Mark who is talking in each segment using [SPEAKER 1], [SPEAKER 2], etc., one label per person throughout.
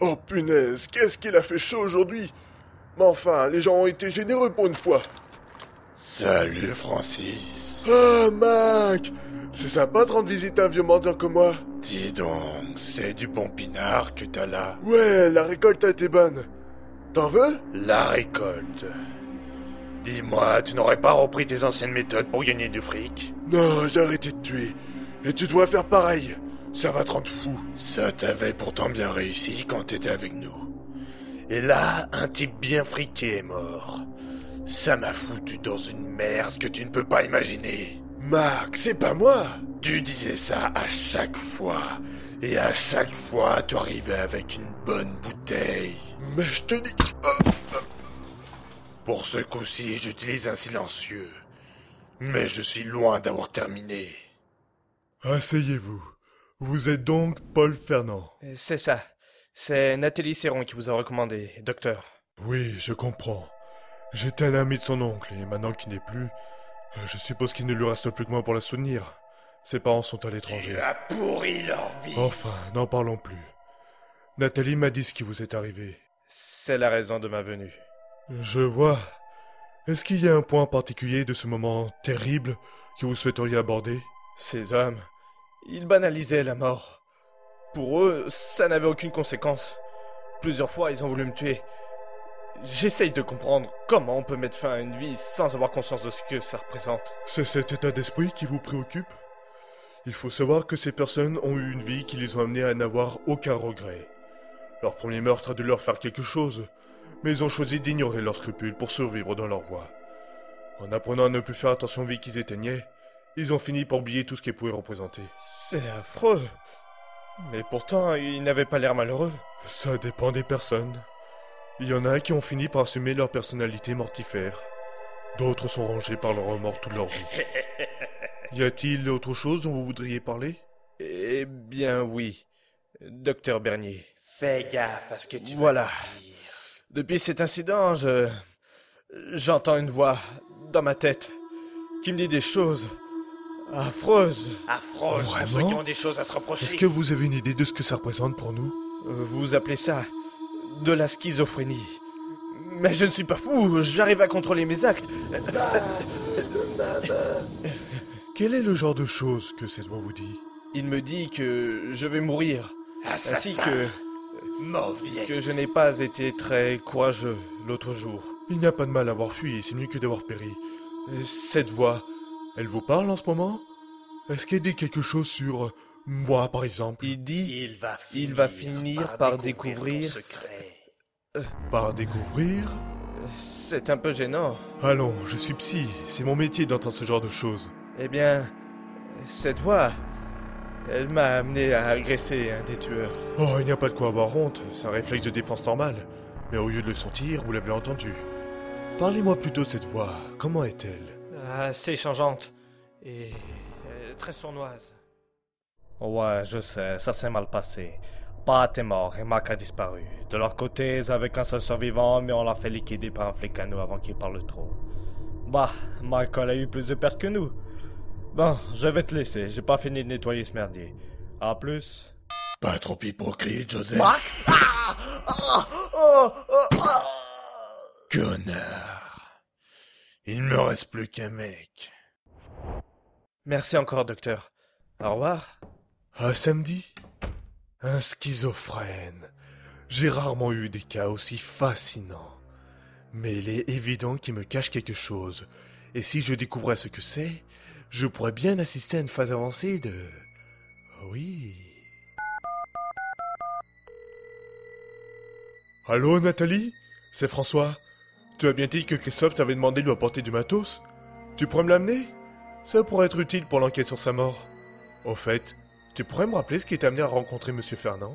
[SPEAKER 1] Oh punaise, qu'est-ce qu'il a fait chaud aujourd'hui Mais enfin, les gens ont été généreux pour une fois.
[SPEAKER 2] Salut Francis.
[SPEAKER 1] Ah Mac C'est sympa de rendre visite à un vieux mendiant comme moi.
[SPEAKER 2] Dis donc, c'est du bon pinard que t'as là.
[SPEAKER 1] Ouais, la récolte a été bonne. T'en veux
[SPEAKER 2] La récolte. Dis-moi, tu n'aurais pas repris tes anciennes méthodes pour gagner du fric
[SPEAKER 1] Non, j'ai arrêté de tuer. Et tu devrais faire pareil. Ça va te rendre fou.
[SPEAKER 2] Ça t'avait pourtant bien réussi quand t'étais avec nous. Et là, un type bien friqué est mort. Ça m'a foutu dans une merde que tu ne peux pas imaginer.
[SPEAKER 1] Mac, c'est pas moi
[SPEAKER 2] Tu disais ça à chaque fois. Et à chaque fois, tu arrivais avec une bonne bouteille.
[SPEAKER 1] Mais je te dis... Oh, oh.
[SPEAKER 2] Pour ce coup-ci, j'utilise un silencieux. Mais je suis loin d'avoir terminé.
[SPEAKER 3] Asseyez-vous. Vous êtes donc Paul Fernand.
[SPEAKER 4] Euh, C'est ça. C'est Nathalie Serron qui vous a recommandé, docteur.
[SPEAKER 3] Oui, je comprends. J'étais l'ami de son oncle, et maintenant qu'il n'est plus, euh, je suppose qu'il ne lui reste plus que moi pour la soutenir. Ses parents sont à l'étranger. Oh.
[SPEAKER 2] Tu as pourri leur vie.
[SPEAKER 3] Enfin, n'en parlons plus. Nathalie m'a dit ce qui vous est arrivé.
[SPEAKER 4] C'est la raison de ma venue.
[SPEAKER 3] Je vois. Est-ce qu'il y a un point particulier de ce moment terrible que vous souhaiteriez aborder
[SPEAKER 4] Ces hommes, ils banalisaient la mort. Pour eux, ça n'avait aucune conséquence. Plusieurs fois, ils ont voulu me tuer. J'essaye de comprendre comment on peut mettre fin à une vie sans avoir conscience de ce que ça représente.
[SPEAKER 3] C'est cet état d'esprit qui vous préoccupe Il faut savoir que ces personnes ont eu une vie qui les ont amenées à n'avoir aucun regret. Leur premier meurtre a dû leur faire quelque chose, mais ils ont choisi d'ignorer leurs scrupules pour survivre dans leur voie. En apprenant à ne plus faire attention aux vies qu'ils éteignaient, ils ont fini par oublier tout ce qu'ils pouvaient représenter.
[SPEAKER 4] C'est affreux. Mais pourtant, ils n'avaient pas l'air malheureux.
[SPEAKER 3] Ça dépend des personnes. Il y en a qui ont fini par assumer leur personnalité mortifère. D'autres sont rangés par le remords toute leur vie. y a-t-il autre chose dont vous voudriez parler
[SPEAKER 4] Eh bien oui, docteur Bernier.
[SPEAKER 5] Fais gaffe à ce que tu
[SPEAKER 4] Voilà.
[SPEAKER 5] vas dire.
[SPEAKER 4] Depuis cet incident, je... J'entends une voix dans ma tête qui me dit des choses affreuses.
[SPEAKER 5] Affreuse pour ceux
[SPEAKER 3] Vraiment
[SPEAKER 5] qui ont des choses à se reprocher.
[SPEAKER 3] Est-ce que vous avez une idée de ce que ça représente pour nous
[SPEAKER 4] Euh, Vous appelez ça de la schizophrénie. Mais je ne suis pas fou, j'arrive à contrôler mes actes.
[SPEAKER 3] Quel est le genre de choses que cette voix vous dit
[SPEAKER 4] Il me dit que je vais mourir, ainsi
[SPEAKER 5] Assassin.
[SPEAKER 4] que,
[SPEAKER 5] Mauviette.
[SPEAKER 4] que je n'ai pas été très courageux l'autre jour.
[SPEAKER 3] Il n'y a pas de mal à avoir fui, c'est mieux que d'avoir péri. Et Cette voix, elle vous parle en ce moment Est-ce qu'elle dit quelque chose sur euh, moi, par exemple
[SPEAKER 4] Il dit
[SPEAKER 5] Il va finir,
[SPEAKER 4] Il va finir par découvrir-
[SPEAKER 5] ton secret.
[SPEAKER 3] Par découvrir
[SPEAKER 4] c'est un peu gênant.
[SPEAKER 3] Allons, je suis psy, c'est mon métier d'entendre ce genre de choses.
[SPEAKER 4] Eh bien, cette voix, elle m'a amené à agresser un des tueurs.
[SPEAKER 3] Oh, il n'y a pas de quoi avoir honte, c'est un réflexe de défense normal. Mais au lieu de le sentir, vous l'avez entendu. Parlez-moi plutôt de cette voix, comment est-elle
[SPEAKER 4] assez changeante et euh, très sournoise. Ouais, je sais, ça s'est mal passé. Pat est mort et Mac a disparu. De leur côté, ils avaient qu'un seul survivant, mais on l'a fait liquider par un flic à nous avant qu'il parle trop. Bah, Michael a eu plus de pertes que nous. Bon, je vais te laisser, j'ai pas fini de nettoyer ce merdier. À plus.
[SPEAKER 2] Pas trop hypocrite, Joseph. Connard. Il me reste plus qu'un mec.
[SPEAKER 4] Merci encore, docteur. Au revoir.
[SPEAKER 3] Un samedi Un schizophrène. J'ai rarement eu des cas aussi fascinants. Mais il est évident qu'il me cache quelque chose. Et si je découvrais ce que c'est, je pourrais bien assister à une phase avancée de... Oui. Allô, Nathalie C'est François. Tu as bien dit que Christophe t'avait demandé de lui apporter du matos Tu pourrais me l'amener Ça pourrait être utile pour l'enquête sur sa mort. Au fait, tu pourrais me rappeler ce qui t'a amené à rencontrer Monsieur Fernand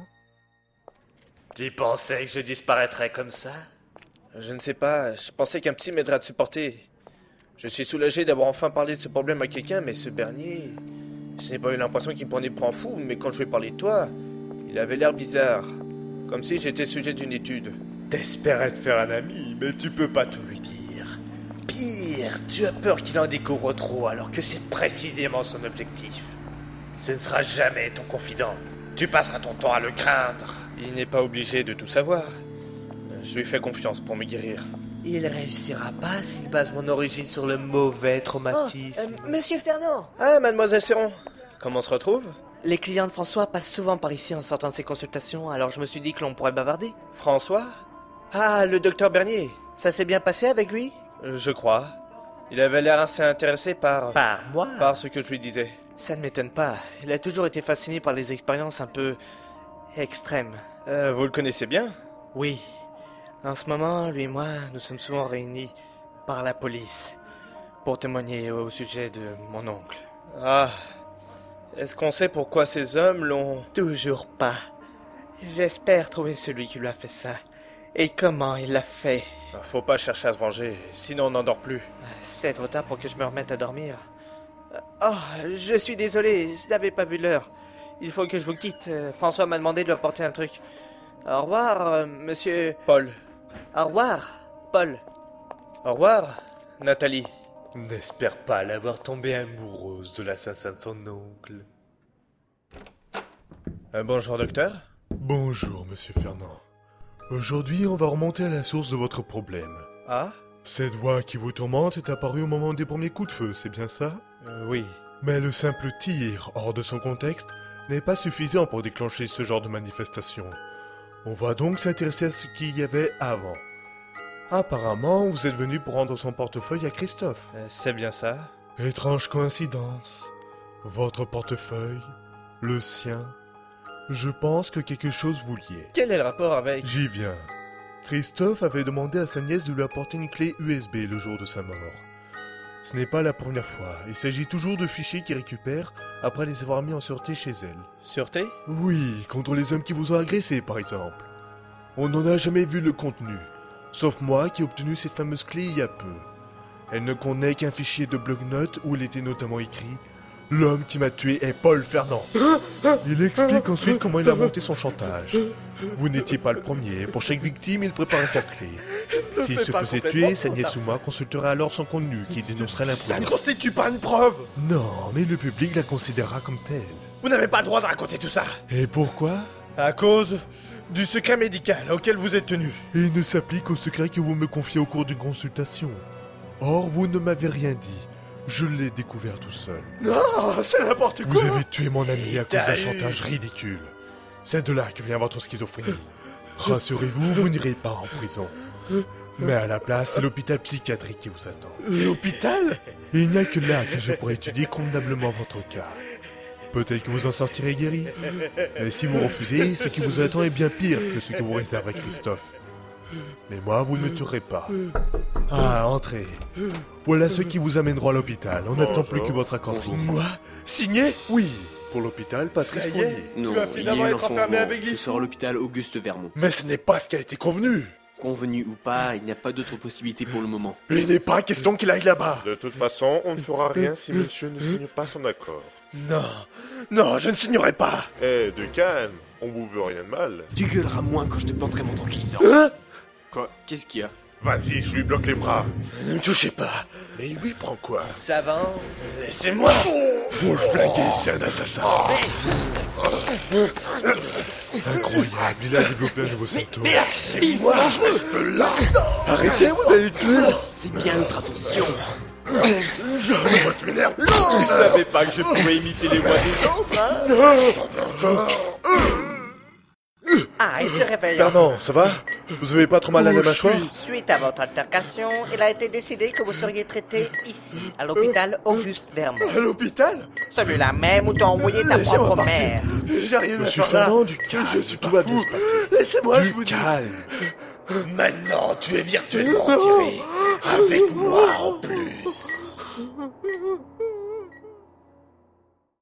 [SPEAKER 5] Tu pensais que je disparaîtrais comme ça
[SPEAKER 4] Je ne sais pas, je pensais qu'un psy m'aiderait à te supporter. Je suis soulagé d'avoir enfin parlé de ce problème à quelqu'un, mais ce dernier. Je n'ai pas eu l'impression qu'il prenait pour un fou, mais quand je lui ai parlé de toi, il avait l'air bizarre. Comme si j'étais sujet d'une étude.
[SPEAKER 5] T'espérais te faire un ami, mais tu peux pas tout lui dire. Pire, tu as peur qu'il en découvre trop alors que c'est précisément son objectif. Ce ne sera jamais ton confident. Tu passeras ton temps à le craindre. Il n'est pas obligé de tout savoir. Je lui fais confiance pour me guérir.
[SPEAKER 6] Il réussira pas s'il base mon origine sur le mauvais
[SPEAKER 7] Oh,
[SPEAKER 6] traumatisme.
[SPEAKER 7] euh, Monsieur Fernand
[SPEAKER 5] Ah, mademoiselle Serron, comment on se retrouve
[SPEAKER 6] Les clients de François passent souvent par ici en sortant de ses consultations, alors je me suis dit que l'on pourrait bavarder.
[SPEAKER 5] François Ah, le docteur Bernier
[SPEAKER 6] Ça s'est bien passé avec lui
[SPEAKER 5] Euh, Je crois. Il avait l'air assez intéressé par...
[SPEAKER 6] Par moi
[SPEAKER 5] par ce que je lui disais.
[SPEAKER 6] Ça ne m'étonne pas. Il a toujours été fasciné par les expériences un peu extrêmes.
[SPEAKER 5] Euh, vous le connaissez bien
[SPEAKER 6] Oui. En ce moment, lui et moi, nous sommes souvent réunis par la police pour témoigner au sujet de mon oncle.
[SPEAKER 5] Ah. Est-ce qu'on sait pourquoi ces hommes l'ont...
[SPEAKER 6] Toujours pas. J'espère trouver celui qui lui a fait ça. Et comment il l'a fait.
[SPEAKER 5] Ah, Faut pas chercher à se venger, sinon on n'endort plus.
[SPEAKER 6] C'est trop tard pour que je me remette à dormir. Euh, Oh, je suis désolé, je n'avais pas vu l'heure. Il faut que je vous quitte. Euh, François m'a demandé de lui apporter un truc. Au revoir, euh, monsieur.
[SPEAKER 5] Paul,
[SPEAKER 6] Au revoir, Paul.
[SPEAKER 5] au revoir, Nathalie.
[SPEAKER 4] N'espère pas l'avoir tombée amoureuse de l'assassin de son oncle.
[SPEAKER 5] Euh, bonjour docteur.
[SPEAKER 3] Bonjour, monsieur Fernand. Aujourd'hui, on va remonter à la source de votre problème.
[SPEAKER 5] Ah
[SPEAKER 3] Cette voix qui vous tourmente est apparue au moment des premiers coups de feu, c'est bien ça
[SPEAKER 5] Euh, Oui.
[SPEAKER 3] Mais le simple tir, hors de son contexte, n'est pas suffisant pour déclencher ce genre de manifestation. On va donc s'intéresser à ce qu'il y avait avant. Apparemment, vous êtes venu pour rendre son portefeuille à Christophe.
[SPEAKER 5] Euh, C'est bien ça.
[SPEAKER 3] Étrange coïncidence. Votre portefeuille, le sien. Je pense que quelque chose vous liait.
[SPEAKER 5] Quel est le rapport avec...
[SPEAKER 3] J'y viens. Christophe avait demandé à sa nièce de lui apporter une clé USB le jour de sa mort. Ce n'est pas la première fois. Il s'agit toujours de fichiers qu'il récupère après les avoir mis en sûreté chez elle.
[SPEAKER 5] Sûreté
[SPEAKER 3] Oui, contre les hommes qui vous ont agressé, par exemple. On n'en a jamais vu le contenu, sauf moi qui ai obtenu cette fameuse clé il y a peu. Elle ne contenait qu'un fichier de bloc-notes où il était notamment écrit L'homme qui m'a tué est Paul Fernand. Il explique ensuite comment il a monté son chantage. Vous n'étiez pas le premier. Pour chaque victime, il préparait sa clé. S'il se faisait tuer, sa nièce ou moi consulterait alors son contenu qui dénoncerait
[SPEAKER 2] Ça ne
[SPEAKER 3] l'imprudence.
[SPEAKER 2] constitue pas une preuve
[SPEAKER 3] Non, mais le public la considéra comme telle.
[SPEAKER 2] Vous n'avez pas le droit de raconter tout ça
[SPEAKER 3] Et pourquoi
[SPEAKER 5] À cause du secret médical auquel vous êtes tenu.
[SPEAKER 3] et il ne s'applique au secret que vous me confiez au cours d'une consultation. Or, vous ne m'avez rien dit. Je l'ai découvert tout seul.
[SPEAKER 2] Non, c'est n'importe
[SPEAKER 3] Vous
[SPEAKER 2] quoi
[SPEAKER 3] avez tué mon ami à cause d'un
[SPEAKER 2] t'as eu-
[SPEAKER 3] chantage ridicule. C'est de là que vient votre schizophrénie. Rassurez-vous, vous n'irez pas en prison. Mais à la place, c'est l'hôpital psychiatrique qui vous attend.
[SPEAKER 2] L'hôpital
[SPEAKER 3] Et il n'y a que là que je pourrais étudier convenablement votre cas. Peut-être que vous en sortirez guéri. Mais si vous refusez, ce qui vous attend est bien pire que ce que vous réserve à Christophe. Mais moi, vous ne me tuerez pas. Ah, entrez. Voilà ceux qui vous amèneront à l'hôpital. On n'attend plus que votre accord signé.
[SPEAKER 2] Moi Signé
[SPEAKER 3] Oui, pour l'hôpital, Patrice
[SPEAKER 2] Ça y est.
[SPEAKER 3] Fournier.
[SPEAKER 8] Non,
[SPEAKER 2] Tu vas finalement
[SPEAKER 8] il y a eu
[SPEAKER 2] être
[SPEAKER 8] un
[SPEAKER 2] enfermé
[SPEAKER 8] changement.
[SPEAKER 2] avec lui.
[SPEAKER 8] Ce sera l'hôpital Auguste Vermont.
[SPEAKER 2] Mais ce n'est pas ce qui a été convenu
[SPEAKER 8] Convenu ou pas, il n'y a pas d'autre possibilité pour le moment.
[SPEAKER 2] Il n'est pas question qu'il aille là-bas
[SPEAKER 1] De toute façon, on ne fera rien si monsieur ne signe pas son accord.
[SPEAKER 2] Non Non, je ne signerai pas
[SPEAKER 1] Eh, de calme, on vous veut rien de mal.
[SPEAKER 8] Tu gueuleras moins quand je te planterai mon tranquillisant. Quoi Qu'est-ce qu'il y a
[SPEAKER 1] Vas-y, je lui bloque les bras.
[SPEAKER 2] Ne me touchez pas
[SPEAKER 1] Mais lui prend quoi
[SPEAKER 6] Ça va
[SPEAKER 2] Laissez-moi Vous le flinguez, c'est un assassin
[SPEAKER 3] Incroyable, il a développé un nouveau symptôme.
[SPEAKER 2] Moi, je peux là Arrêtez, vous allez le tuer
[SPEAKER 8] C'est bien notre attention.
[SPEAKER 2] Tu m'énerves
[SPEAKER 5] Vous savez pas que je pouvais imiter les voix des gens
[SPEAKER 7] Ah, il se réveille.
[SPEAKER 3] Fernand, ça va Vous avez pas trop mal à la mâchoire
[SPEAKER 7] Suite à votre altercation, il a été décidé que vous seriez traité ici, à l'hôpital Auguste Vermont.
[SPEAKER 2] À l'hôpital
[SPEAKER 7] Celui-là même où t'as envoyé ta
[SPEAKER 2] Laissez-moi
[SPEAKER 7] propre
[SPEAKER 2] partir.
[SPEAKER 7] mère.
[SPEAKER 2] J'arrive à
[SPEAKER 3] Monsieur
[SPEAKER 2] faire là
[SPEAKER 3] Fernand, du calme,
[SPEAKER 2] Je suis
[SPEAKER 3] tout
[SPEAKER 2] pas
[SPEAKER 3] va bien
[SPEAKER 2] fou.
[SPEAKER 3] se passer.
[SPEAKER 2] Laissez-moi, je
[SPEAKER 3] du
[SPEAKER 2] vous dis
[SPEAKER 3] calme.
[SPEAKER 2] Ah Maintenant, tu es virtuellement tiré Avec moi en plus